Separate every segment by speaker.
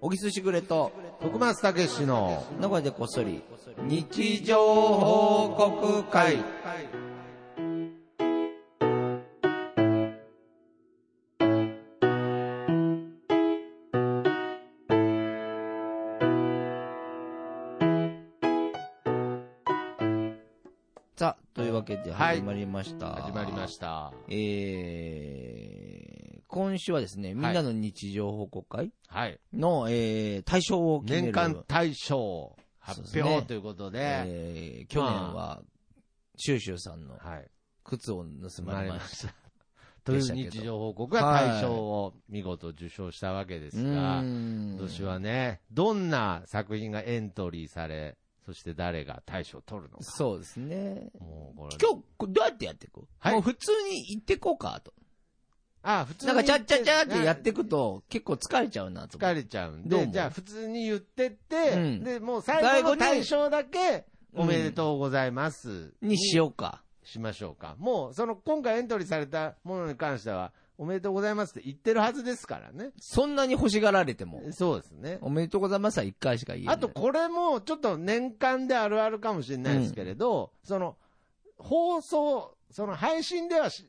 Speaker 1: 小木寿司グレと、
Speaker 2: 徳松たけしの
Speaker 1: 名古屋でこっそり、日常報告会。さあ、というわけで
Speaker 2: はい
Speaker 1: 始まりました。。
Speaker 2: 始まりましたた。
Speaker 1: えー、今週はですね、みんなの日常報告会
Speaker 2: はい。
Speaker 1: の、えー、対象を決める。
Speaker 2: 年間大
Speaker 1: そ
Speaker 2: 賞
Speaker 1: うで
Speaker 2: 発
Speaker 1: すね
Speaker 2: 表ということで、
Speaker 1: えー去年は、シューシューさんの
Speaker 2: はい。
Speaker 1: 靴を盗ま
Speaker 2: ま
Speaker 1: れ
Speaker 2: り
Speaker 1: ま
Speaker 2: ま
Speaker 1: し
Speaker 2: した。 とい
Speaker 1: でし
Speaker 2: う
Speaker 1: たけど
Speaker 2: 日常報告が大賞を見事受賞したわけで
Speaker 1: た。
Speaker 2: すが、
Speaker 1: 今
Speaker 2: 今年はね、どんな作品がエントリーされ、そして誰が大賞を取るのか。
Speaker 1: そうですね。
Speaker 2: もうこれ。
Speaker 1: 今日、こどうやってやっていく、
Speaker 2: はい
Speaker 1: もう普通に行ってこうかと。
Speaker 2: あ、普通
Speaker 1: な
Speaker 2: に
Speaker 1: ん
Speaker 2: 言
Speaker 1: か、
Speaker 2: て。
Speaker 1: ちゃっちゃちゃってやっていくと、結構疲れちゃうなと思
Speaker 2: 疲
Speaker 1: って。
Speaker 2: れちゃうん
Speaker 1: どう
Speaker 2: で、
Speaker 1: も
Speaker 2: じゃあ普通に言ってって、
Speaker 1: うん
Speaker 2: で、もう最
Speaker 1: 最後
Speaker 2: 後の
Speaker 1: に
Speaker 2: 対象だけ、
Speaker 1: うん
Speaker 2: おめでとうございます。
Speaker 1: にしようか。
Speaker 2: しましょうか。もう、その、今回エントリーされたものに関しては、おめでとうございますって言ってるはずですからね。
Speaker 1: そんなに欲しがられても。
Speaker 2: そうですね。
Speaker 1: おめでとうございますは一回しか言えない。
Speaker 2: あと、これも、ちょっと年間であるあるかもしれないですけれど、その、放送、その配信ではし、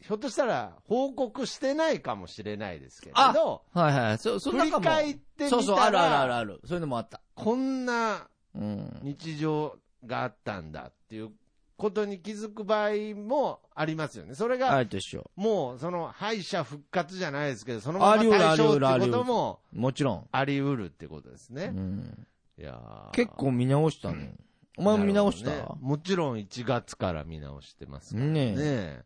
Speaker 2: ひょっとしたら報告してないかもしれないですけれど、
Speaker 1: はいはい。そ、そん
Speaker 2: 振
Speaker 1: な
Speaker 2: り
Speaker 1: かも。
Speaker 2: 返ってみ
Speaker 1: そうそう、
Speaker 2: た
Speaker 1: あるあるある
Speaker 2: ら、
Speaker 1: ある。そういうのもあった。
Speaker 2: こんな
Speaker 1: うん。
Speaker 2: 日常があったんだっていうことに気づく場合もありますよね。それ
Speaker 1: あ
Speaker 2: が、
Speaker 1: れと一緒。
Speaker 2: もう、その、敗者復活じゃないですけど、そのま
Speaker 1: あ
Speaker 2: ま
Speaker 1: り得
Speaker 2: 対
Speaker 1: る
Speaker 2: 象って
Speaker 1: あり得る
Speaker 2: ことも
Speaker 1: もちろん。
Speaker 2: あり得るってことです
Speaker 1: う
Speaker 2: ね。
Speaker 1: ん。
Speaker 2: いやー
Speaker 1: 結構見直したの。お前も見直し
Speaker 2: なる
Speaker 1: た
Speaker 2: ほどねもちろん1月から見直してますから
Speaker 1: ね
Speaker 2: ね。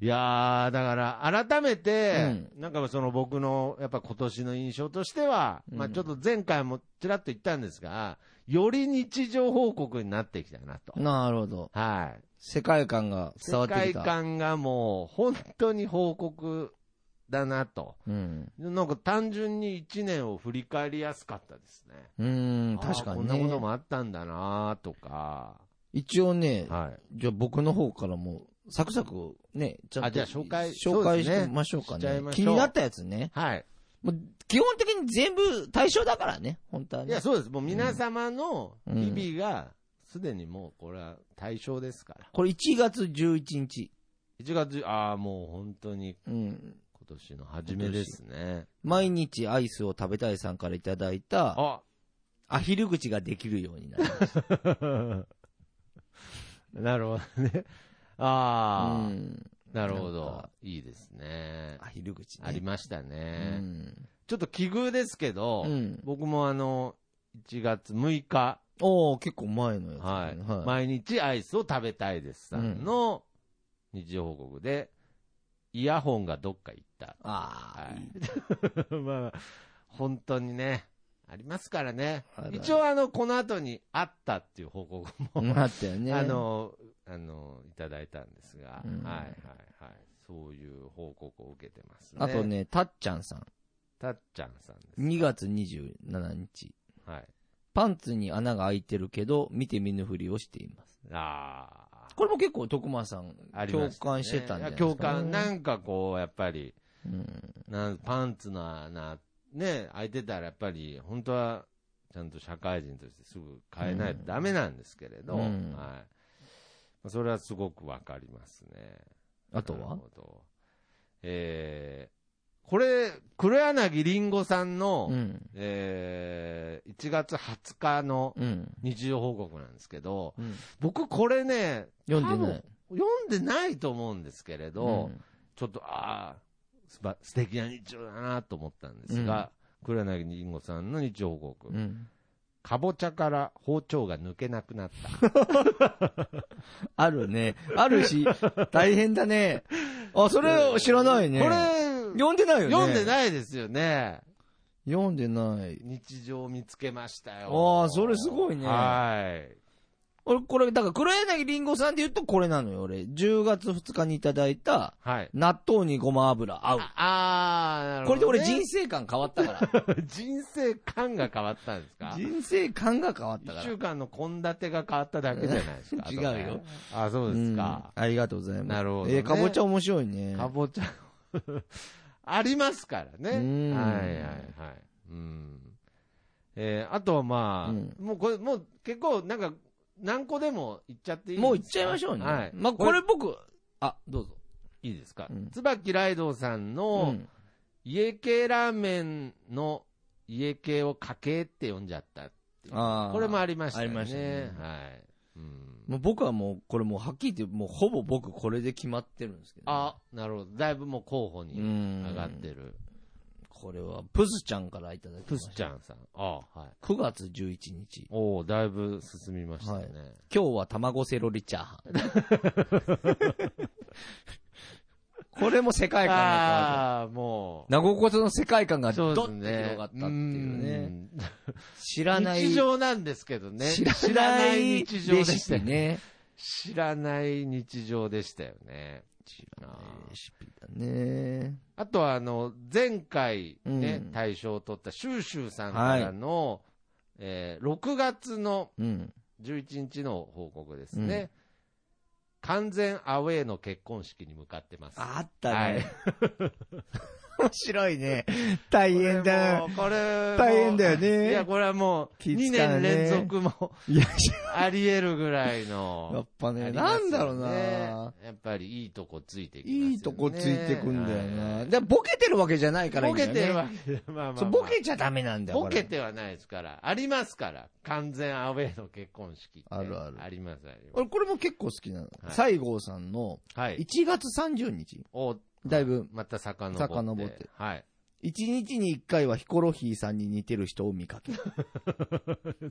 Speaker 2: いやー、だから、改めて、なんかその僕の、やっぱ今年の印象としては、
Speaker 1: うん
Speaker 2: まあちょっと前回もちらっと言ったんですが、より日常報告になってきたなと。
Speaker 1: なるほど。
Speaker 2: はい。
Speaker 1: 世界観が伝わ
Speaker 2: 世
Speaker 1: ってき
Speaker 2: 界
Speaker 1: た。
Speaker 2: 観がもう、本当に報告だなと。
Speaker 1: うん。
Speaker 2: なんか単純に1年を振り返りやすかったですね。
Speaker 1: うーん、
Speaker 2: あー
Speaker 1: 確かに
Speaker 2: こんなこと
Speaker 1: ね。
Speaker 2: もあったんだなとか。
Speaker 1: 一応ね、
Speaker 2: はい。
Speaker 1: じゃあ僕の方からも、サクサクね、ちゃんと
Speaker 2: あじゃあ紹介
Speaker 1: 紹介
Speaker 2: そうで
Speaker 1: し
Speaker 2: すね
Speaker 1: ましょうか
Speaker 2: しちゃ
Speaker 1: ね
Speaker 2: いましょう
Speaker 1: 気になったやつね。
Speaker 2: はい。
Speaker 1: もう基本的に全部対象だからね、本当はいね。
Speaker 2: や、そうです。もう皆様の
Speaker 1: うん
Speaker 2: 日々が、すでにもうこれは対象ですから。
Speaker 1: これ1月11日。
Speaker 2: 1月、ああ、もう本当に
Speaker 1: うん。
Speaker 2: 今年の初めですね。
Speaker 1: 毎日アイスを食べたいさんからいただいた、
Speaker 2: あ
Speaker 1: アヒル口ができるようになる。
Speaker 2: なるほどね。ああ、
Speaker 1: うん
Speaker 2: なるほ
Speaker 1: なん
Speaker 2: ど
Speaker 1: か。
Speaker 2: いいですね
Speaker 1: ア。ヒル口ね。
Speaker 2: ありました
Speaker 1: う
Speaker 2: ね。
Speaker 1: ん。
Speaker 2: ちょっと奇遇ですけど、
Speaker 1: うん。
Speaker 2: 僕もあの、1月6日、
Speaker 1: おー、結構前のやつだ
Speaker 2: はい
Speaker 1: ね。
Speaker 2: 毎日アイスを食べたいですさんの日常報告で、イヤホンがどっか行った。
Speaker 1: ああ、
Speaker 2: はい、 まあ、本当にね、ありますからね
Speaker 1: あるあ。る
Speaker 2: 一応あの、この後にあったっていう報 告
Speaker 1: う
Speaker 2: も、
Speaker 1: んあったよね。
Speaker 2: あ、の、あの、いただいたんですが、
Speaker 1: うん
Speaker 2: はいはいはい。そういう報告を受けてますね。
Speaker 1: あと。ね、たっちゃんさん。
Speaker 2: たっちゃんさんです。
Speaker 1: 2月27日。
Speaker 2: はい。
Speaker 1: パンツに穴が開いてるけど、見て見ぬふりをしています。
Speaker 2: ああ。
Speaker 1: これも結構徳間さん、
Speaker 2: あり
Speaker 1: 共
Speaker 2: ま
Speaker 1: 感してたんじゃないですか、
Speaker 2: 共感。なんかこう、やっぱり、
Speaker 1: うん。
Speaker 2: なんパンツの穴、ね、開いてたらやっぱり、本当は、ちゃんと社会人としてすぐ変えないとダメなんですけれど、
Speaker 1: うん
Speaker 2: はい。まあそれはすごくわかりますね。
Speaker 1: あと
Speaker 2: なる
Speaker 1: は
Speaker 2: ほどえー、これ、黒柳りんごさんの、
Speaker 1: うん。
Speaker 2: えー、1月20日の
Speaker 1: うん。
Speaker 2: 日常報告なんですけど、
Speaker 1: うん
Speaker 2: 僕これね、
Speaker 1: 読んでない。
Speaker 2: 読んでないと思うんですけれど、
Speaker 1: うん
Speaker 2: ちょっと、ああ、すば、素敵な日常だなと思ったんですが、黒柳りんごさんの日常報告、
Speaker 1: うん。
Speaker 2: かぼちゃから包丁が抜けなくなった。
Speaker 1: あるね。ある し、大変だね。あ、それ知らないね。
Speaker 2: これ、
Speaker 1: 読んでないよね。
Speaker 2: 読んでないですよね。
Speaker 1: 読んでない。
Speaker 2: 日常を見つけましたよ。
Speaker 1: あーそれすごいね
Speaker 2: はい。
Speaker 1: 俺、これ、だから黒柳りんごさんで言うとこれなのよ、俺。10月2日にいただいた、
Speaker 2: はい。
Speaker 1: 納豆にごま油合う。
Speaker 2: ああー、なる
Speaker 1: こ
Speaker 2: ほ
Speaker 1: れで
Speaker 2: ど、ね。
Speaker 1: 俺人生観変わったか
Speaker 2: 生、 人生観が変わったんです
Speaker 1: ら。
Speaker 2: か
Speaker 1: 人生観が変わったか
Speaker 2: 一
Speaker 1: ら。
Speaker 2: 週間の献立が変わっただけじゃないですか。
Speaker 1: 違うよ。
Speaker 2: あー、そうですか。
Speaker 1: うんありがとうございます。
Speaker 2: なるほどね
Speaker 1: えーかぼちゃ面白いね。
Speaker 2: かぼちゃ、ありますからね。
Speaker 1: うん
Speaker 2: はいはいはい。うん。えーあとはまあ、
Speaker 1: うん
Speaker 2: もうこれ、もう結構なんか、何個でもいっちゃっていいですか
Speaker 1: もう行っちゃいましょうね。
Speaker 2: はい。
Speaker 1: まあ、これ僕、あ、どうぞ。
Speaker 2: いいですか。
Speaker 1: うん
Speaker 2: 椿ライドウさん
Speaker 1: う
Speaker 2: の、
Speaker 1: ん
Speaker 2: 家系ラーメンの家系を家系って呼んじゃった。
Speaker 1: あー
Speaker 2: これもありましたよね。
Speaker 1: ありましたね
Speaker 2: はい。うん
Speaker 1: もう僕はもう、これもうはっきり言って、もうほぼ僕これで決まってるんですけど、
Speaker 2: あ、なるほど。だいぶもう候補
Speaker 1: う
Speaker 2: に
Speaker 1: ん。
Speaker 2: 上がってる。
Speaker 1: これは、プスちゃんからいただき
Speaker 2: プ
Speaker 1: ま
Speaker 2: ス
Speaker 1: した。
Speaker 2: ちゃんさん。あはい。
Speaker 1: 9月11日。
Speaker 2: おおだいぶ進みましたね。
Speaker 1: 今日は卵セロリチャーハン。 これも世界観が変わる。
Speaker 2: ああ、もう。
Speaker 1: 名古屋の世界観が
Speaker 2: そ
Speaker 1: ド
Speaker 2: う
Speaker 1: ッ
Speaker 2: で
Speaker 1: て
Speaker 2: す
Speaker 1: 広がったっていうね。
Speaker 2: うん
Speaker 1: 知らない。
Speaker 2: 日常なんですけどね。
Speaker 1: 知らない
Speaker 2: 知らない日常でしたよね。
Speaker 1: ね。
Speaker 2: 知らない日常でしたよね。
Speaker 1: 知らないレシピだね。
Speaker 2: あとは、あの、前回ね、
Speaker 1: うん
Speaker 2: 大賞を取ったシューシューさんからの、えー6月の
Speaker 1: うん。
Speaker 2: 11日の報告ですね。完全アウェーの結婚式に向かってます。
Speaker 1: あったね。
Speaker 2: はい
Speaker 1: 面白いね。大変だ。
Speaker 2: これも
Speaker 1: 大変だよね
Speaker 2: いや、これはもう、
Speaker 1: 気
Speaker 2: 2
Speaker 1: 使うね
Speaker 2: 年連続も
Speaker 1: いや、
Speaker 2: あり得るぐらい
Speaker 1: や
Speaker 2: の
Speaker 1: っ。ぱ
Speaker 2: あ
Speaker 1: ね、
Speaker 2: り
Speaker 1: な
Speaker 2: ますよね
Speaker 1: んだろうな。。
Speaker 2: やっぱりいいとこついてきますよね。
Speaker 1: いいとこついてくんだよ
Speaker 2: は
Speaker 1: な。
Speaker 2: い
Speaker 1: でボケてるわけじゃないからいい
Speaker 2: ボ
Speaker 1: んだ
Speaker 2: ケ
Speaker 1: よね。
Speaker 2: てるわけで、まあまあまあ
Speaker 1: そうボケちゃダメなんだよ。
Speaker 2: ボケ
Speaker 1: これ。
Speaker 2: てはないですから。ありますから。完全アウェイの結婚式って。
Speaker 1: あるある
Speaker 2: あります、ありま
Speaker 1: 俺、これも結構好きなの。
Speaker 2: はい
Speaker 1: 西郷さんの
Speaker 2: す。はい。
Speaker 1: 1月30日。
Speaker 2: お、
Speaker 1: だいぶ、
Speaker 2: また遡って。
Speaker 1: 遡って
Speaker 2: はい。
Speaker 1: 1日に1回はヒコロヒーさんに似てる人を見か ける。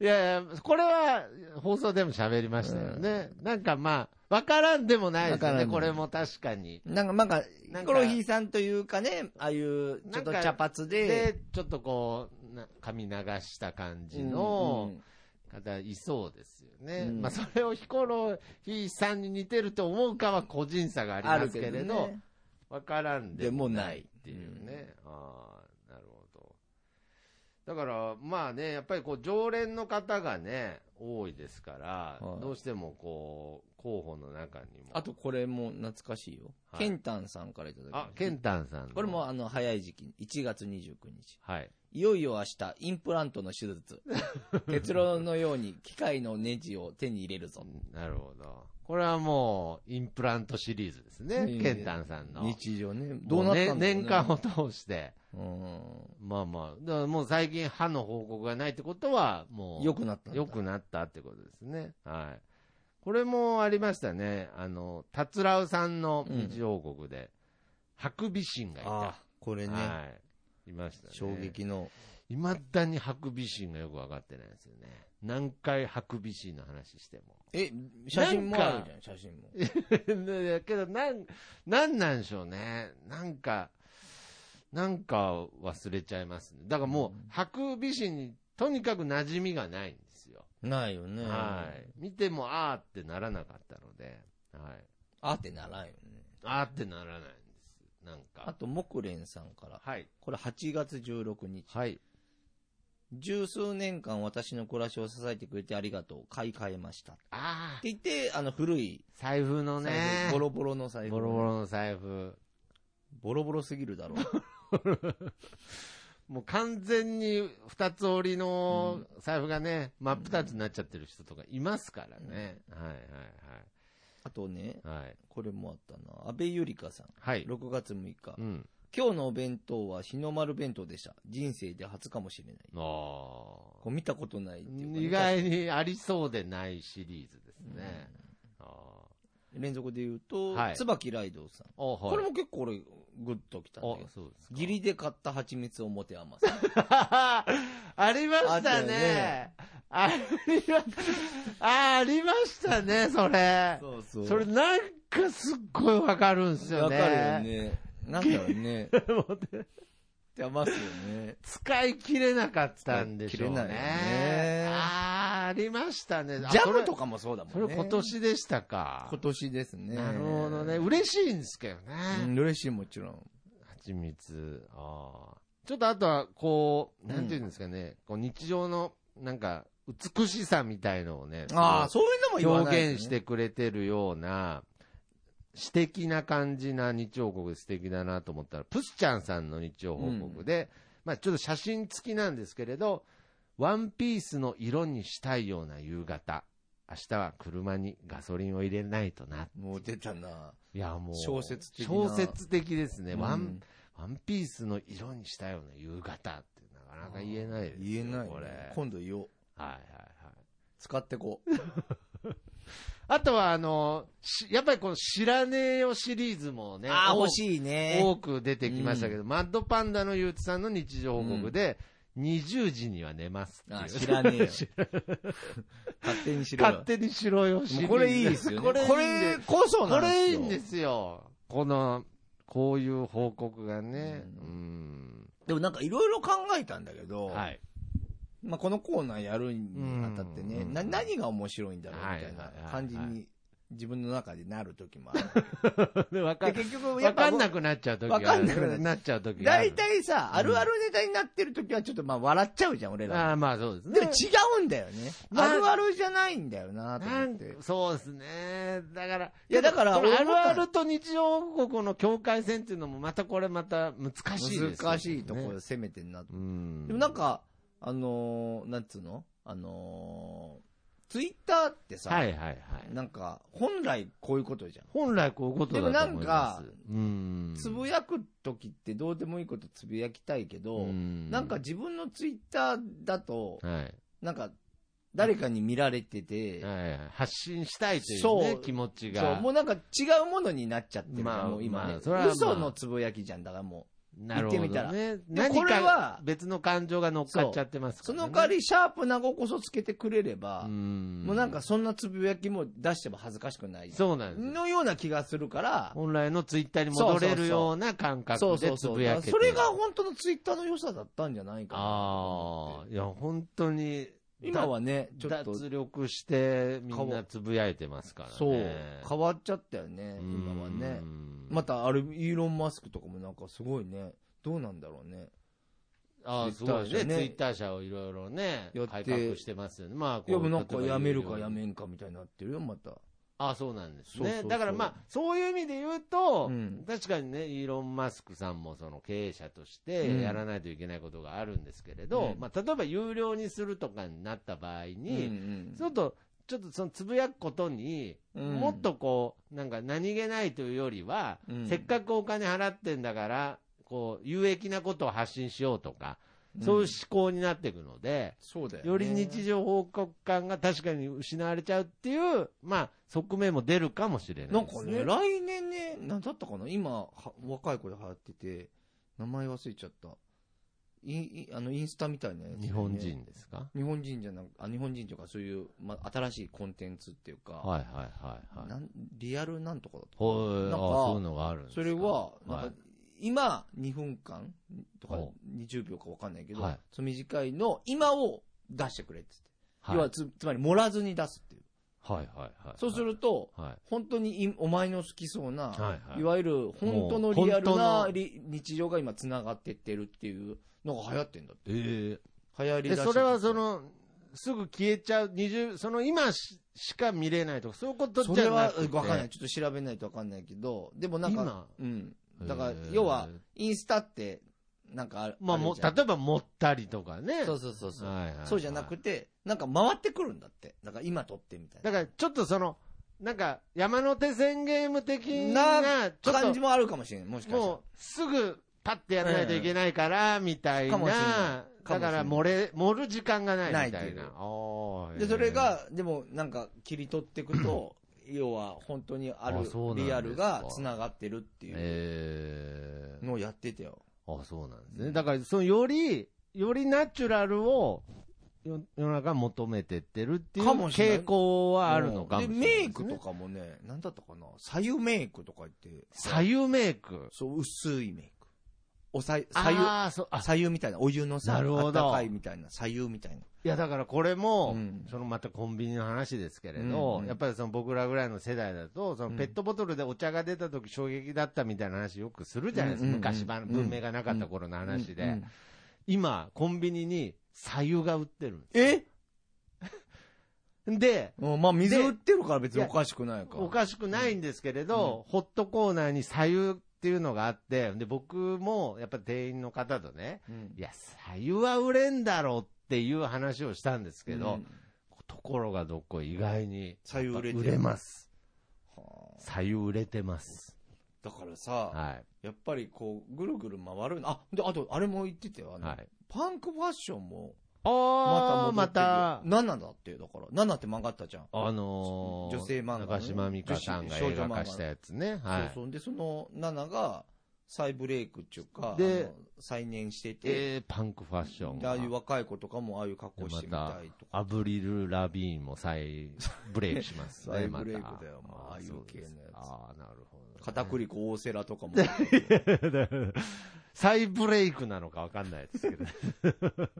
Speaker 2: いやいや、これは、放送でも喋りましたよね。なんかまあ、わからんでもないです
Speaker 1: わから
Speaker 2: よ
Speaker 1: んで
Speaker 2: ね。
Speaker 1: も
Speaker 2: これも確かに。
Speaker 1: なんか、なんか、
Speaker 2: な
Speaker 1: ヒ
Speaker 2: んか
Speaker 1: コロヒーさんというかね、ああいう、ちょっと
Speaker 2: なんか
Speaker 1: 茶髪で、
Speaker 2: で、ちょっとこう、な髪流した感じ
Speaker 1: うん
Speaker 2: の
Speaker 1: うん
Speaker 2: 方いそうですよね。
Speaker 1: うん
Speaker 2: まあ、それをヒコロヒーさんに似てると思うかは個人差がありますけれど、
Speaker 1: ね
Speaker 2: わからんでもないっていう
Speaker 1: でもない
Speaker 2: ね。ああ、なるほど。だから、まあね、やっぱりこう、常連の方がね、多いですから、
Speaker 1: はい
Speaker 2: どうしてもこう、候補の中にも。
Speaker 1: あと、これも懐かしいよ。
Speaker 2: はい
Speaker 1: ケンタンさんからいただきまし
Speaker 2: あ
Speaker 1: た、
Speaker 2: ケンタンさんの。
Speaker 1: これも、あの、早い時期、1月29日。
Speaker 2: はい。
Speaker 1: いよいよ明日、インプラントの手 術。結論のように、機械のネジを手に入れるぞ。
Speaker 2: なるほど。これはもう、インプラントシリーズです
Speaker 1: い
Speaker 2: ね。
Speaker 1: い
Speaker 2: ケンタンさんの。
Speaker 1: 日常ね。どうなったんだろう、ね
Speaker 2: もうね年間を通して。
Speaker 1: う
Speaker 2: まあまあ、だからもう最近歯の報告がないってことは、も
Speaker 1: ん。
Speaker 2: う。
Speaker 1: 良くなったんだ。
Speaker 2: 良くなったってことですね。はい。これもありましたね。あの、達郎さんの日報国で、ハクビシンがいた。
Speaker 1: ああ、これね、
Speaker 2: はい。いましたね。
Speaker 1: 衝。撃の。
Speaker 2: いまだにハクビシンがよく分かってないですよね。何回ハクビシンの話しても。
Speaker 1: え、写真も
Speaker 2: なん
Speaker 1: あ
Speaker 2: か
Speaker 1: るじゃん、写真も。
Speaker 2: だ けど、なん、なんなんでしょうね。なんか、なんか忘れちゃいますね。だからもう、ハクビシンにとにかく馴染みがないんですよ。
Speaker 1: ないよね。
Speaker 2: はい。見ても、あーってならなかったので、はい。
Speaker 1: あってならんよね。
Speaker 2: あーってならないんです。なん
Speaker 1: あ
Speaker 2: か。
Speaker 1: と、木蓮さんから。
Speaker 2: はい。
Speaker 1: これ8月16日。
Speaker 2: はい。
Speaker 1: 十数年間私の暮らしを支えてくれてありがとう。買い替えました。って
Speaker 2: あー、
Speaker 1: 言って、あの、古い
Speaker 2: 財布の
Speaker 1: 財布、
Speaker 2: ね、
Speaker 1: ボロボロの財布。
Speaker 2: ボロボロの財布。
Speaker 1: ボロボロすぎるだろう。
Speaker 2: もう完全に二つ折りの財布がね、真っ二つになっちゃってる人とかいますからね。はい
Speaker 1: あとね、
Speaker 2: はいはい。はい。
Speaker 1: これもあったな。安倍ゆりかさん。
Speaker 2: はい。
Speaker 1: 6月6日。
Speaker 2: うん。
Speaker 1: 今日のお弁当は日の丸弁当でした。人生で初かもしれない。
Speaker 2: あ
Speaker 1: こう見たことないっていうかね
Speaker 2: ー。意外にありそうでないシリーズですね。あ
Speaker 1: 連続で言うと、
Speaker 2: はい
Speaker 1: 椿ライドウさん。
Speaker 2: ーあ、はい。
Speaker 1: これも結構俺、グッときたんだけ
Speaker 2: あ
Speaker 1: ど、
Speaker 2: そうですか。
Speaker 1: 義理で買った蜂蜜を持て余す。
Speaker 2: ありま
Speaker 1: あ
Speaker 2: し
Speaker 1: った
Speaker 2: た
Speaker 1: よ
Speaker 2: ね
Speaker 1: ね。
Speaker 2: ありま、あありましたね、それ。
Speaker 1: そうそ
Speaker 2: それなんかすっごいわかるんですよ
Speaker 1: わか
Speaker 2: ね。
Speaker 1: るよね。なんだろうね。 邪魔すよね。
Speaker 2: 使い切れなかったんでしょう
Speaker 1: 使い切れ
Speaker 2: ね。
Speaker 1: ないよね
Speaker 2: ああ、ありましたね。あ
Speaker 1: ジャムと
Speaker 2: それ
Speaker 1: かもそうだもんね。
Speaker 2: それ今年でしたか
Speaker 1: 今。年ですね。
Speaker 2: なるほどね。嬉しいんですけど
Speaker 1: う
Speaker 2: ね。
Speaker 1: ん嬉しいもちろん。
Speaker 2: 蜂蜜。ああ。ちょっとあとは、こう、なんていうんですかね。こう日常の、なんか、美しさみたいのをね。
Speaker 1: ああ、そういうのも言わない、
Speaker 2: 表現し。てくれてるような、詩的な感じな日曜報告で素敵だなと思ったら、プスちゃんさんの日曜報告で、まあちょっと写真付きなんですけれど、ワンピースの色にしたいような夕方。明日は車にガソリンを入れないとな。
Speaker 1: もう出たな。
Speaker 2: いや、もう。
Speaker 1: 小説的な
Speaker 2: 小説的ですね。ワ
Speaker 1: う
Speaker 2: ン
Speaker 1: ん、
Speaker 2: ワンピースの色にしたような夕方ってなかなか言えないですよ
Speaker 1: 言えないね。
Speaker 2: これ。はい
Speaker 1: 今度言おう。
Speaker 2: はいはい。
Speaker 1: 使ってこう。
Speaker 2: あとは、あの、しやっぱりこの知らねえよシリーズもね。
Speaker 1: ああ、
Speaker 2: 多く
Speaker 1: 欲しいね。
Speaker 2: 多く出てきましたけど、マッドパンダのゆうつさんの日常報告で、20時には寝ますっていう
Speaker 1: ああ知らねえ よ。勝手にしろよ。
Speaker 2: 勝手にしろよシ
Speaker 1: も
Speaker 2: リーズ
Speaker 1: うこれいいですよね。
Speaker 2: これいい
Speaker 1: こ
Speaker 2: んで
Speaker 1: れこそ
Speaker 2: こ
Speaker 1: なんですよ。
Speaker 2: れいいんですよ。この、こういう報告がね。
Speaker 1: う
Speaker 2: うん。
Speaker 1: でもなんかいろいろ考えたんだけど、
Speaker 2: はい。
Speaker 1: まあ、このコーナーやるにあたってね、
Speaker 2: うん
Speaker 1: な何が面白いんだろうみたい
Speaker 2: は
Speaker 1: ない
Speaker 2: はいはい
Speaker 1: 感じに自分の中でなる時もある。
Speaker 2: で、わ
Speaker 1: で
Speaker 2: か
Speaker 1: 結局、や
Speaker 2: わ
Speaker 1: っぱ
Speaker 2: かんなくなっちゃう時がある
Speaker 1: わかんなくなっちゃう
Speaker 2: なっちゃう時があ
Speaker 1: 大
Speaker 2: る。
Speaker 1: 体さ、あるあるネタになってる時はちょっとまあ笑っちゃうじゃん、俺ら。
Speaker 2: ああ、まあそうですね。
Speaker 1: でも違うんだよね。
Speaker 2: まあ
Speaker 1: あるあるじゃないんだよなと
Speaker 2: な
Speaker 1: 思っ
Speaker 2: ん
Speaker 1: て。
Speaker 2: そうですね。だから、
Speaker 1: いやだから
Speaker 2: この
Speaker 1: 俺
Speaker 2: あ
Speaker 1: 思っ
Speaker 2: る
Speaker 1: た
Speaker 2: あると日常報告の境界線っていうのもまたこれまた難しいですよね。
Speaker 1: 難しいところ攻めてんなと。
Speaker 2: うん。
Speaker 1: でもなんか、あのー、なんつうのあのー、ツイッターってさ、
Speaker 2: はいはいはい。
Speaker 1: なんか、本来こういうことじゃん。
Speaker 2: 本来こういうことだと思います。
Speaker 1: でもなんか
Speaker 2: うん、
Speaker 1: つぶやく時ってどうでもいいことつぶやきたいけど、
Speaker 2: うん
Speaker 1: なんか、自分のツイッターだと、
Speaker 2: はい。
Speaker 1: なんか、誰かに見られてて、
Speaker 2: はい、発信したいという,、ね、
Speaker 1: そう
Speaker 2: 気持ちが。
Speaker 1: そう、もうなんか違うものになっちゃってるから、
Speaker 2: まあ
Speaker 1: もう今ね、
Speaker 2: まあそれはまあ
Speaker 1: 嘘のつぶやきじゃん。だからも
Speaker 2: なるほど、
Speaker 1: 言
Speaker 2: ね。
Speaker 1: ってみたら
Speaker 2: 何
Speaker 1: でこれは
Speaker 2: か別の感情が乗っかっちゃってます
Speaker 1: う、
Speaker 2: か
Speaker 1: そ
Speaker 2: ら、ね。
Speaker 1: の代わりシャープなごこそつけてくれれば、
Speaker 2: うん、
Speaker 1: もうなんか、そんなつぶやきも出しても恥ずかしくない。
Speaker 2: そうなんですよ。
Speaker 1: のような気がするから、
Speaker 2: 本来のツイッターに戻れるような感
Speaker 1: そうそ
Speaker 2: 覚で
Speaker 1: う
Speaker 2: つ
Speaker 1: そう。
Speaker 2: ぶ
Speaker 1: だか
Speaker 2: や
Speaker 1: ら
Speaker 2: けて
Speaker 1: それが本当のツイッターの良さだったんじゃないかなと思
Speaker 2: あ
Speaker 1: っ
Speaker 2: あ、いや、本当に、
Speaker 1: て。今はね、ち
Speaker 2: だ、
Speaker 1: ょっと、
Speaker 2: 脱力して、みんなつぶやいてますからね。
Speaker 1: そう、変わっちゃったよね、
Speaker 2: うん
Speaker 1: 今はね。また、あれ、イーロン・マスクとかもなんかすごいね、どうなんだろうね。
Speaker 2: ああ、すごい
Speaker 1: ツイッター
Speaker 2: ね。
Speaker 1: 社ね
Speaker 2: ツイッター社をいろいろね
Speaker 1: やっ、て
Speaker 2: 改革してますよね。まあ、こう
Speaker 1: いや、もうなんか
Speaker 2: 例えば
Speaker 1: やめるかやめんかみたいになってるよ、また。
Speaker 2: ああ、そうなんです
Speaker 1: そ
Speaker 2: ね。
Speaker 1: うそうそう
Speaker 2: だからまあ、そういう意味で言うと、
Speaker 1: うん
Speaker 2: 確かにね、イーロン・マスクさんもその経営者としてやらないといけないことがあるんですけれど、
Speaker 1: うん
Speaker 2: まあ、例えば有料にするとかになった場合
Speaker 1: うん
Speaker 2: に、
Speaker 1: うん
Speaker 2: ちょっと、ちょっとそのつぶやくことに、
Speaker 1: うん
Speaker 2: もっとこう、なんか何気ないというよりは、
Speaker 1: うん
Speaker 2: せっかくお金払ってんだから、こう、有益なことを発信しようとか、そういう思考になっていくので、
Speaker 1: そうだよね、
Speaker 2: より日常報告感が確かに失われちゃうっていう、まあ、側面も出るかもしれな
Speaker 1: ないん
Speaker 2: で
Speaker 1: か
Speaker 2: す
Speaker 1: ね、来年ね、なんだったかな今、は若い子で流行ってて、名前忘れちゃった。いいあのインスタみたいなやつ、ね。
Speaker 2: 日本人ですか、
Speaker 1: 日本人じゃなく、あ、日本人というか、そういう、まあ、新しいコンテンツっていうか、
Speaker 2: はいはいはいはい。
Speaker 1: なんリアルなんとかだと。
Speaker 2: ほう
Speaker 1: なんか
Speaker 2: あそういうのがあるんですか
Speaker 1: それは、
Speaker 2: は
Speaker 1: なん
Speaker 2: い
Speaker 1: か、今、2分間とか
Speaker 2: ほ
Speaker 1: 20秒かわかんないけど、
Speaker 2: はい
Speaker 1: その短いの、今を出してくれって言って。
Speaker 2: はい
Speaker 1: 要はつ、つまり盛らずに出すっていう。
Speaker 2: はいはいはい。
Speaker 1: そうすると、
Speaker 2: はい。
Speaker 1: 本当にいお前の好きそうな、
Speaker 2: はいはい
Speaker 1: いわゆる本当のリアル
Speaker 2: もう本
Speaker 1: な
Speaker 2: 当の
Speaker 1: り日常が今つながってってるっていうのが流行ってんだって。
Speaker 2: え
Speaker 1: 流行
Speaker 2: え
Speaker 1: りだし
Speaker 2: それはそ、の、すぐ消えちゃう、二十、その今ししか見れないとか、そういうこと
Speaker 1: そ
Speaker 2: じ
Speaker 1: れ
Speaker 2: ゃな
Speaker 1: は
Speaker 2: くて。
Speaker 1: 分かんない。ちょっと調べないと分かんないけど、でもなんか、
Speaker 2: 今
Speaker 1: うん。だから
Speaker 2: へえ、
Speaker 1: 要は、インスタって、なんかある、
Speaker 2: まあ、
Speaker 1: る
Speaker 2: も、
Speaker 1: じゃ
Speaker 2: 例
Speaker 1: ん
Speaker 2: えば持ったりとかね。
Speaker 1: そうそうそうそう。
Speaker 2: はいはいはい
Speaker 1: そうじゃなくて、なんか回ってくるんだって。だから今撮ってみたいな。
Speaker 2: だから、ちょっとその、なんか、山手線ゲーム的
Speaker 1: な
Speaker 2: な、ちょっと
Speaker 1: 感じもあるかもしれない。もしかしたら。
Speaker 2: もうすぐパッてやらないといけないから、みたい
Speaker 1: かもしれ
Speaker 2: な
Speaker 1: な。いかもしれ
Speaker 2: だ
Speaker 1: ない
Speaker 2: から、漏れ、盛る時間がないみ
Speaker 1: な
Speaker 2: た
Speaker 1: いっ
Speaker 2: い
Speaker 1: ていう
Speaker 2: な。おー
Speaker 1: で、それ、が、でもなんか切り取っていく と、要は本当にある
Speaker 2: あそうなんです
Speaker 1: リ
Speaker 2: か
Speaker 1: アルが繋がってるっていう
Speaker 2: え
Speaker 1: のをやってたよ。
Speaker 2: ー、あ、そうなんですね。だから、その、より、よりナチュラルを、よ世の中求めてってるっていう
Speaker 1: かもしれない
Speaker 2: 傾向はあるのかもしれない、
Speaker 1: で、メイクと。かもね、なんだったかな左右メイクとか言って。
Speaker 2: 左右メイク。
Speaker 1: そう、薄いメイク。おさい、左右。
Speaker 2: ああ、そう、あ、
Speaker 1: 左右みたいな、お湯のさ、
Speaker 2: なるほど
Speaker 1: 温かいみたいな、左右みたいな。
Speaker 2: いや、だからこれも、
Speaker 1: うん
Speaker 2: そのまたコンビニの話ですけれ
Speaker 1: う
Speaker 2: ど、
Speaker 1: んうん
Speaker 2: やっぱりその僕らぐらいの世代だと、そ
Speaker 1: うん
Speaker 2: のペットボトルでお茶が出た時衝撃だったみたいな話よくするじゃないで
Speaker 1: う
Speaker 2: すか。
Speaker 1: んうんうん
Speaker 2: 昔ば文明がなかった頃の話
Speaker 1: うんう
Speaker 2: で
Speaker 1: ん。
Speaker 2: 今、コンビニに左右が売ってるんで
Speaker 1: え
Speaker 2: すで、
Speaker 1: うんまあ、水
Speaker 2: で
Speaker 1: 売ってるから別に
Speaker 2: い
Speaker 1: お
Speaker 2: や
Speaker 1: かしくないか。
Speaker 2: おかしくないんですけれど、ホットコーナーに左右っていうのがあって、で、僕もやっぱ店員の方とね、
Speaker 1: うん
Speaker 2: いや、さゆは売れんだろうっていう話をしたんですけど、
Speaker 1: うん
Speaker 2: ところがどっこい意外に、
Speaker 1: 左右売れて
Speaker 2: 売れます。
Speaker 1: はあ
Speaker 2: 左右売れてます。
Speaker 1: だからさ、
Speaker 2: は
Speaker 1: やっぱりこう、ぐるぐる回るな。あ、で、あと、あれも言ってたよ。あ
Speaker 2: い。
Speaker 1: の、
Speaker 2: はい。
Speaker 1: パンクファッションも、
Speaker 2: ああ、ま
Speaker 1: また
Speaker 2: た、
Speaker 1: 戻ってくる。7だって、だから。7って漫画あったじゃん。
Speaker 2: あのー、
Speaker 1: 女性漫画の
Speaker 2: 中島美嘉さんが
Speaker 1: 女子少
Speaker 2: 映
Speaker 1: 女
Speaker 2: 画
Speaker 1: 漫画
Speaker 2: 化したやつね。はい。
Speaker 1: そうそう。で、その7が、再ブレイクっていうか、
Speaker 2: で
Speaker 1: あの再燃してて、
Speaker 2: えー、パンクファッション
Speaker 1: でああいう
Speaker 2: が。
Speaker 1: 若い子とかも、ああいう格好してみたいとか。
Speaker 2: アブリル・ラビーンも再ブレイクしますね、
Speaker 1: 再
Speaker 2: また。
Speaker 1: ブレイクだよまあああいう系のやつ
Speaker 2: そうですああ、なるほどね、
Speaker 1: 片栗粉大セラとかも。
Speaker 2: 再ブレイクなのかわかんないで すけど。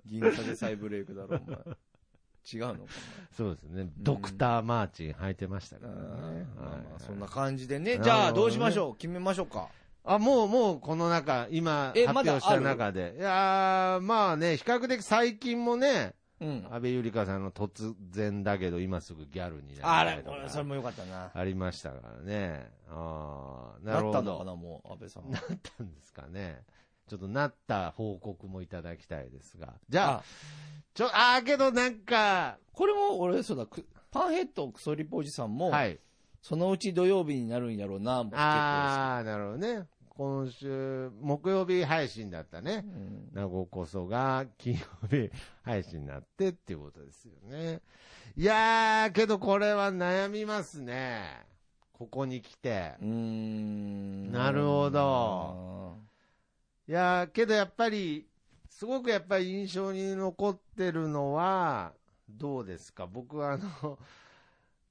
Speaker 1: 銀座で再ブレイクだろ、お前。違うのか
Speaker 2: そうですね。ドクター・マーチン履いてましたか
Speaker 1: な、
Speaker 2: らね。
Speaker 1: まあ
Speaker 2: はい
Speaker 1: まあそんな感じでね。
Speaker 2: はい
Speaker 1: じゃ
Speaker 2: な
Speaker 1: あ、
Speaker 2: るほ
Speaker 1: ど
Speaker 2: ど
Speaker 1: う
Speaker 2: ね
Speaker 1: しましょう決めましょうか。
Speaker 2: あ、もう、もう、この中、今、
Speaker 1: え
Speaker 2: 発表した中で。いやーまあね、比較的最近もね、
Speaker 1: うん。
Speaker 2: 安倍ゆりかさんの突然だけど、今すぐギャルにな
Speaker 1: あ
Speaker 2: りた
Speaker 1: れ、
Speaker 2: いと
Speaker 1: こ
Speaker 2: か
Speaker 1: れ、それもよかったな。
Speaker 2: ありましたからね。ああ、な
Speaker 1: な
Speaker 2: る
Speaker 1: っ
Speaker 2: ほ
Speaker 1: た
Speaker 2: ど。
Speaker 1: のかな、もう、安倍さんは。
Speaker 2: なったんですかね。ちょっとなった報告もいただきたいですが。じゃあ、
Speaker 1: あ
Speaker 2: ちょ、ああ、けどなんか、
Speaker 1: これも、俺、そうだ、くパンヘッドクソリポジさんも、
Speaker 2: はい。
Speaker 1: そのうち土曜日になるんやろうな、もう結構
Speaker 2: ああ、なるほどね。今週、木曜日配信だったね
Speaker 1: で。す。うん
Speaker 2: 名護こそが金曜日配信になってっていうことですよね。いやー、けどこれは悩みますね。ここに来て。
Speaker 1: うーん。
Speaker 2: なるほど。いやー、けどやっぱり、すごくやっぱり印象に残ってるのは、どうですか僕はあの、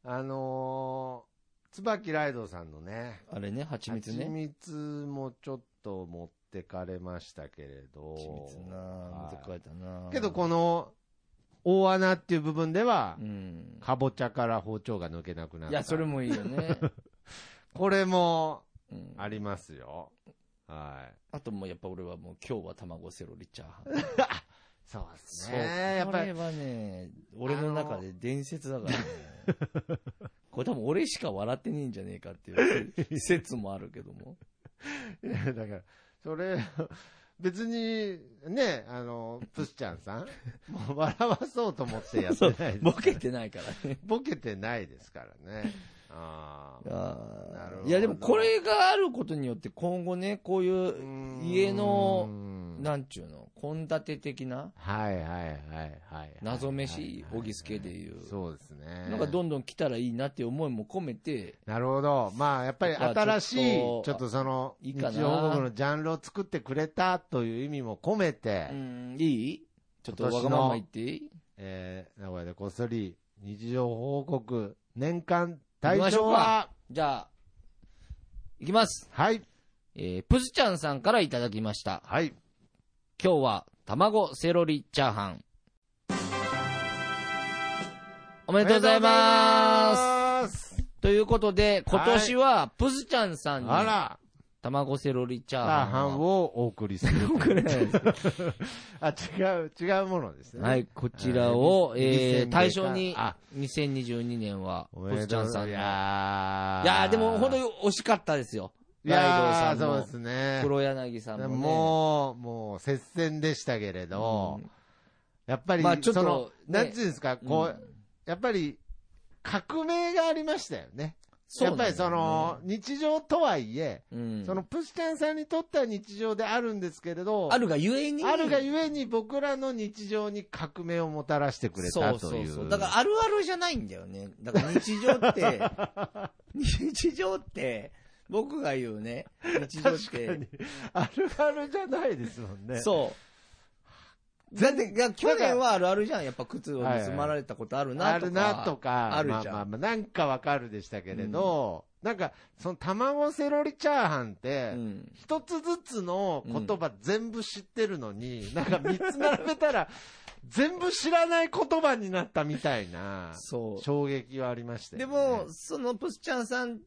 Speaker 2: あのー、椿ライドさんのね、
Speaker 1: あれね、蜂蜜
Speaker 2: 蜂
Speaker 1: ね。
Speaker 2: 蜜もちょっと持ってかれましたけれど。
Speaker 1: 蜂蜜な
Speaker 2: は
Speaker 1: ぁ、
Speaker 2: い
Speaker 1: 難しいな
Speaker 2: けどこの、大穴っていう部分では
Speaker 1: う、ん。
Speaker 2: かぼちゃから包丁が抜けなくなった。
Speaker 1: いや、それ。もいいよ ね。
Speaker 2: これも、
Speaker 1: うん
Speaker 2: ありますよ。はい。
Speaker 1: あともうやっぱ俺はもう今日は卵セロリチャーハン。
Speaker 2: そうです
Speaker 1: そう
Speaker 2: ね。やっ
Speaker 1: こ
Speaker 2: ぱ
Speaker 1: れ
Speaker 2: り、
Speaker 1: はね、俺の中で伝説だ からね。これ多分俺しか笑ってねえんじゃねえかっていう説もあるけど も。
Speaker 2: いや だから、それ、別に、ね、あの、プスちゃん さん、もう笑わそうと思ってやってないです
Speaker 1: ボケてないからね。
Speaker 2: ボケてないですからね。 ああ。なるほど
Speaker 1: いやでもこれがあることによって今後ね、こういう、家の
Speaker 2: うーん
Speaker 1: なんちゅうの、献立的な
Speaker 2: はいはいはいはい。
Speaker 1: 謎飯小木助でいう
Speaker 2: そうですね。
Speaker 1: のがどんどん来たらいいなっていう思いも込めて、
Speaker 2: なるほど。まあ、やっぱり新しい、
Speaker 1: ち
Speaker 2: ち
Speaker 1: ょっ
Speaker 2: ょ
Speaker 1: と
Speaker 2: っとその、
Speaker 1: いい
Speaker 2: 日
Speaker 1: かな
Speaker 2: 常報告のジャンルを作ってくれたという意味も込めて、
Speaker 1: うん、いいちょっとわがまま言っていい
Speaker 2: えー名古屋でこっそり、日常報告、年間大賞は、
Speaker 1: じゃあ、いきます。
Speaker 2: はい、
Speaker 1: えー、プスちゃんさんからいただきました。
Speaker 2: はい。
Speaker 1: 今日は卵セロリチャーハン。お
Speaker 2: お
Speaker 1: めでとうございます。と
Speaker 2: す。
Speaker 1: いうことで、今年は、プスちゃんさんに、
Speaker 2: あら、
Speaker 1: 卵セロリチャ
Speaker 2: チ
Speaker 1: ー
Speaker 2: ャー
Speaker 1: ハ
Speaker 2: ハ
Speaker 1: ン
Speaker 2: ン
Speaker 1: を。
Speaker 2: をお送りする。
Speaker 1: くれないです
Speaker 2: あ、違う、違うものですね。
Speaker 1: はい、こちらを、
Speaker 2: はい
Speaker 1: えー、
Speaker 2: 2000
Speaker 1: 対象に
Speaker 2: あ、
Speaker 1: 2022年は、
Speaker 2: お
Speaker 1: プ
Speaker 2: め
Speaker 1: ス
Speaker 2: で
Speaker 1: ち
Speaker 2: と
Speaker 1: ゃ
Speaker 2: うんござ
Speaker 1: さ
Speaker 2: い
Speaker 1: んの。いや
Speaker 2: や
Speaker 1: ー、でも本当に惜しかったですよ。ライドウさん
Speaker 2: い
Speaker 1: も
Speaker 2: やーそうですね。
Speaker 1: 黒柳さんも、ね。
Speaker 2: もう、もう、接戦でしたけれど、
Speaker 1: うん
Speaker 2: やっぱり、
Speaker 1: まあちょっと
Speaker 2: その、
Speaker 1: ね
Speaker 2: なんていうんですか、こう、
Speaker 1: うん
Speaker 2: やっぱり、革命がありましたよね。
Speaker 1: そう
Speaker 2: や
Speaker 1: なん
Speaker 2: っ
Speaker 1: だ
Speaker 2: ぱ
Speaker 1: よ
Speaker 2: りその、日常とはいえ、
Speaker 1: うん
Speaker 2: その、プスちゃんさんにとっては日常であるんですけれど、
Speaker 1: あるがゆえに。
Speaker 2: あるがゆえに僕らの日常に革命をもたらしてくれたという。
Speaker 1: そうそうそう。だからあるあるじゃないんだよね。だから日常 って、日常って、僕が言うね、日常っ
Speaker 2: 確かに
Speaker 1: て。。
Speaker 2: あるあるじゃないですもんね。
Speaker 1: そう。だって、が去年はあるあるじゃん。やっぱ靴を盗まれたことあるな
Speaker 2: あ
Speaker 1: と
Speaker 2: る
Speaker 1: か。
Speaker 2: なとか、
Speaker 1: あるじゃん
Speaker 2: まあまあまあ、なんかわかるでしたけれど、なんか、その卵セロリチャーハンって
Speaker 1: う、ん。
Speaker 2: 一つずつの言葉全部知ってるのに、なんか三つ並べたら、 全部知らない言葉になったみたいな、
Speaker 1: そう。
Speaker 2: 衝撃はありました
Speaker 1: で
Speaker 2: よね、
Speaker 1: も、そのプスちゃんさん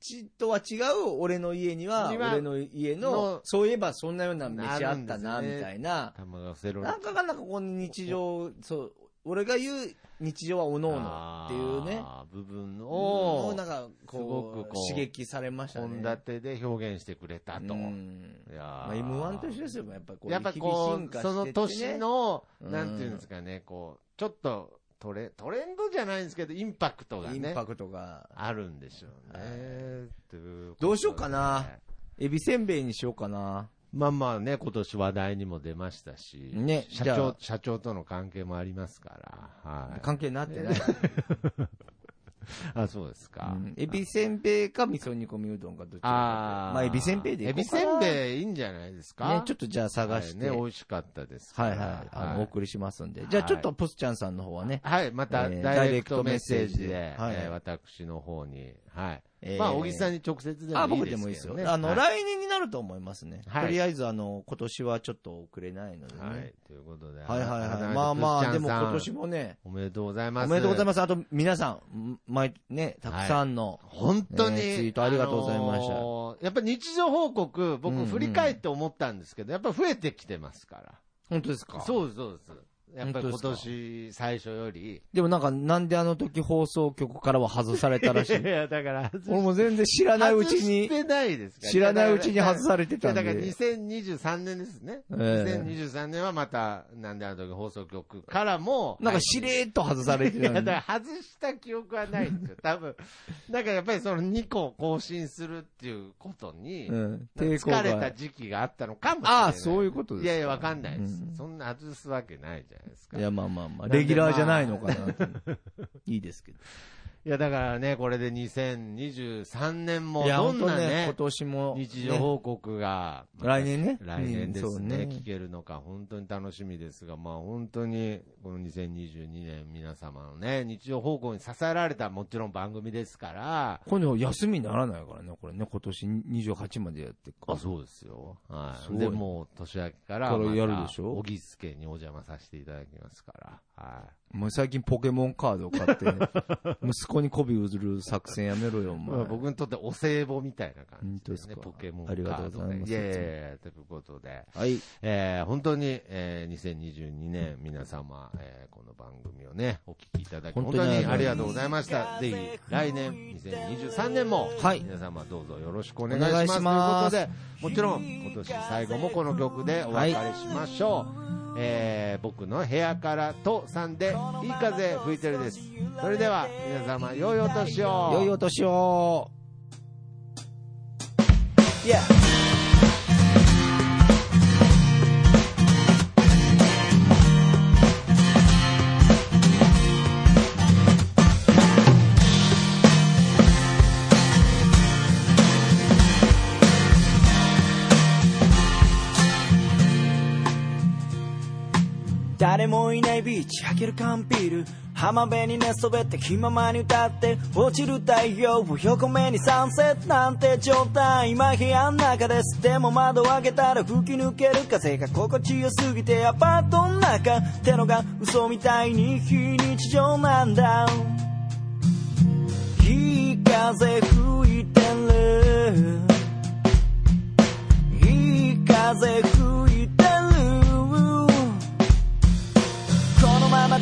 Speaker 1: ちとは違う俺の家には、
Speaker 2: には
Speaker 1: 俺の家の
Speaker 2: の、
Speaker 1: そういえばそんなような飯あったな、
Speaker 2: あるんで
Speaker 1: み
Speaker 2: すよね
Speaker 1: たいな。
Speaker 2: 卵セロリ
Speaker 1: なんかがなんかこの日常、そう、俺が言う日常はおのおのっていうね。
Speaker 2: あー部分
Speaker 1: を
Speaker 2: を
Speaker 1: なんかこう
Speaker 2: すごくこう
Speaker 1: 刺激されましたね。
Speaker 2: 献立で表現してくれたと。
Speaker 1: うん
Speaker 2: いやー
Speaker 1: まあ、M1 と一緒ですよ、やっぱりこう、
Speaker 2: やっぱ
Speaker 1: 日々
Speaker 2: こ
Speaker 1: 進化
Speaker 2: う、
Speaker 1: して
Speaker 2: そ
Speaker 1: って
Speaker 2: の
Speaker 1: ね
Speaker 2: 年の、
Speaker 1: うん
Speaker 2: なんていうんですかね、こう、ちょっとトレ、トレンドじゃないんですけど、インパクトが
Speaker 1: イ
Speaker 2: ね
Speaker 1: ン、パクトが。
Speaker 2: あるんでしょう
Speaker 1: は
Speaker 2: ね。ということで
Speaker 1: どうしようかなエビせんべいにしようかな。
Speaker 2: まあまあね、今年話題にも出ましたし、
Speaker 1: ね
Speaker 2: 社
Speaker 1: じゃあ
Speaker 2: 長、社長との関係もありますから、はい。
Speaker 1: 関係なってない。
Speaker 2: あ、そうですか。
Speaker 1: うんエビせんべいか味噌煮込みうどんかどっちか。
Speaker 2: あー
Speaker 1: まあ、エビせんべいでい
Speaker 2: エ
Speaker 1: こ
Speaker 2: ビ
Speaker 1: うかな。
Speaker 2: せんべいいいんじゃないですか
Speaker 1: ね、ちょっとじゃあ探して。
Speaker 2: はい
Speaker 1: はい
Speaker 2: ね、美
Speaker 1: はい。
Speaker 2: 味しかったですから。
Speaker 1: あの、お送りしますんで。
Speaker 2: い
Speaker 1: じゃあちょっとポスちゃんさんの方はね、
Speaker 2: はい、また、
Speaker 1: えー
Speaker 2: ダイレクトメッセー
Speaker 1: ダイレクトメッセージで
Speaker 2: ジで、
Speaker 1: はい
Speaker 2: えー私の方に、はい。
Speaker 1: えー
Speaker 2: まあ、小木さんに直接で
Speaker 1: あ、
Speaker 2: もいい
Speaker 1: 僕
Speaker 2: で
Speaker 1: ですもい
Speaker 2: け
Speaker 1: いです
Speaker 2: ど
Speaker 1: よ。
Speaker 2: ね。
Speaker 1: あの、
Speaker 2: はい
Speaker 1: 来年になると思いますね。
Speaker 2: はい
Speaker 1: とりあえず、あの、今年はちょっと遅れないのでね。は
Speaker 2: はいい、ということで。
Speaker 1: はいはい
Speaker 2: 改めて
Speaker 1: まあま
Speaker 2: プ
Speaker 1: あ、
Speaker 2: ッ
Speaker 1: で
Speaker 2: チャン
Speaker 1: も
Speaker 2: さん
Speaker 1: 今年もね、
Speaker 2: おめでとうございま
Speaker 1: お
Speaker 2: す。
Speaker 1: めでとうござい
Speaker 2: ます。
Speaker 1: ます。あと、皆さん、毎ね、たくさんの、
Speaker 2: 本当に、
Speaker 1: ねツイートありがとうございました
Speaker 2: あのーやっぱ日常報告、
Speaker 1: うんう
Speaker 2: 僕
Speaker 1: ん
Speaker 2: 振り返って思ったんですけど、やっぱ増えてきてますから。
Speaker 1: 本当ですか
Speaker 2: そうです、そうです。やっぱり
Speaker 1: 本当で
Speaker 2: 今
Speaker 1: すか
Speaker 2: 年最初より。
Speaker 1: でもなんか、なんであの時放送局からは外されたらしい
Speaker 2: い。や、だから、外し
Speaker 1: 俺も全然知らないうちに
Speaker 2: 外し、てないですから
Speaker 1: 知らないうちに外されて
Speaker 2: いや
Speaker 1: たん
Speaker 2: だ
Speaker 1: で。
Speaker 2: から2023年ですね。
Speaker 1: ええ
Speaker 2: 2023年はまた、なんであの時放送局からも、
Speaker 1: なんかしれーっと外され
Speaker 2: い
Speaker 1: て
Speaker 2: や、
Speaker 1: た
Speaker 2: だ
Speaker 1: ん
Speaker 2: か
Speaker 1: で。
Speaker 2: ら外した記憶はな いんですよ、多分。だからやっぱりその2個更新するっていうことに
Speaker 1: う、ん。抵抗
Speaker 2: 疲れた
Speaker 1: が。
Speaker 2: 時期があったのかもしれない。
Speaker 1: ああ、そういうことです
Speaker 2: い
Speaker 1: か
Speaker 2: やいや、わかんないです、
Speaker 1: うん
Speaker 2: そんな外すわけないじゃないですか。
Speaker 1: い
Speaker 2: いや、
Speaker 1: や、まあまあまあ、
Speaker 2: なんで
Speaker 1: レギュラーじゃないのかなと。 いいですけど。
Speaker 2: だからね、これで2023年も、
Speaker 1: いや、
Speaker 2: ど
Speaker 1: 本
Speaker 2: ん
Speaker 1: 当
Speaker 2: な
Speaker 1: ね、今
Speaker 2: ね、
Speaker 1: 年も。
Speaker 2: 日常報告が、
Speaker 1: ね来年ね
Speaker 2: 来年で
Speaker 1: うんそ
Speaker 2: す
Speaker 1: う
Speaker 2: ね、
Speaker 1: ね
Speaker 2: 聞けるのか、本当に楽しみですが、まあ本当に、この2022年、皆様のね、日常報告に支えられた、もちろん番組ですから、
Speaker 1: 今度休みにならないからね、これね、今年28までやってっから。
Speaker 2: あ、そうですよ。は
Speaker 1: すご
Speaker 2: い。
Speaker 1: い
Speaker 2: でも、年明けから、
Speaker 1: からやるでしょ
Speaker 2: 小木助にお邪魔させていただきますから。は
Speaker 1: もう最近ポケモンカードを買 って、息子に媚び売る作戦やめろよ、お
Speaker 2: い。ま
Speaker 1: 前。
Speaker 2: あ、僕にとってお歳暮みたいな感じ
Speaker 1: 本当で
Speaker 2: です
Speaker 1: す
Speaker 2: ね。
Speaker 1: か
Speaker 2: ポケモンカ
Speaker 1: あ
Speaker 2: ード
Speaker 1: り
Speaker 2: で。
Speaker 1: がとうございます
Speaker 2: いやいやいやということで、
Speaker 1: はい。
Speaker 2: えー本当に、えー2022年、皆様、えーこの番組をね、お聞きいただき、
Speaker 1: 本当
Speaker 2: 本
Speaker 1: に
Speaker 2: 当にありがとうございました。ぜひ、来年、2023年も、
Speaker 1: はい
Speaker 2: 皆様どうぞよろしくお願
Speaker 1: お願
Speaker 2: い
Speaker 1: い
Speaker 2: し
Speaker 1: し
Speaker 2: ま。
Speaker 1: ますす
Speaker 2: ということで、もちろん、今年最後もこの曲でお別れしましょう。えー僕の部屋からとさんで、いい風吹いてるです。それでは、皆様、良いお年を。
Speaker 1: 良いお年を。
Speaker 3: 誰もいないビーチ開ける缶ビール浜辺に寝そべって気ままに歌って落ちる太陽を横目にサンセットなんて状態今部屋の中ですでも窓を開けたら吹き抜ける風が心地よすぎてアパートの中ってのが嘘みたいに非日常なんだいい風吹いてるいい風吹いてるこのまま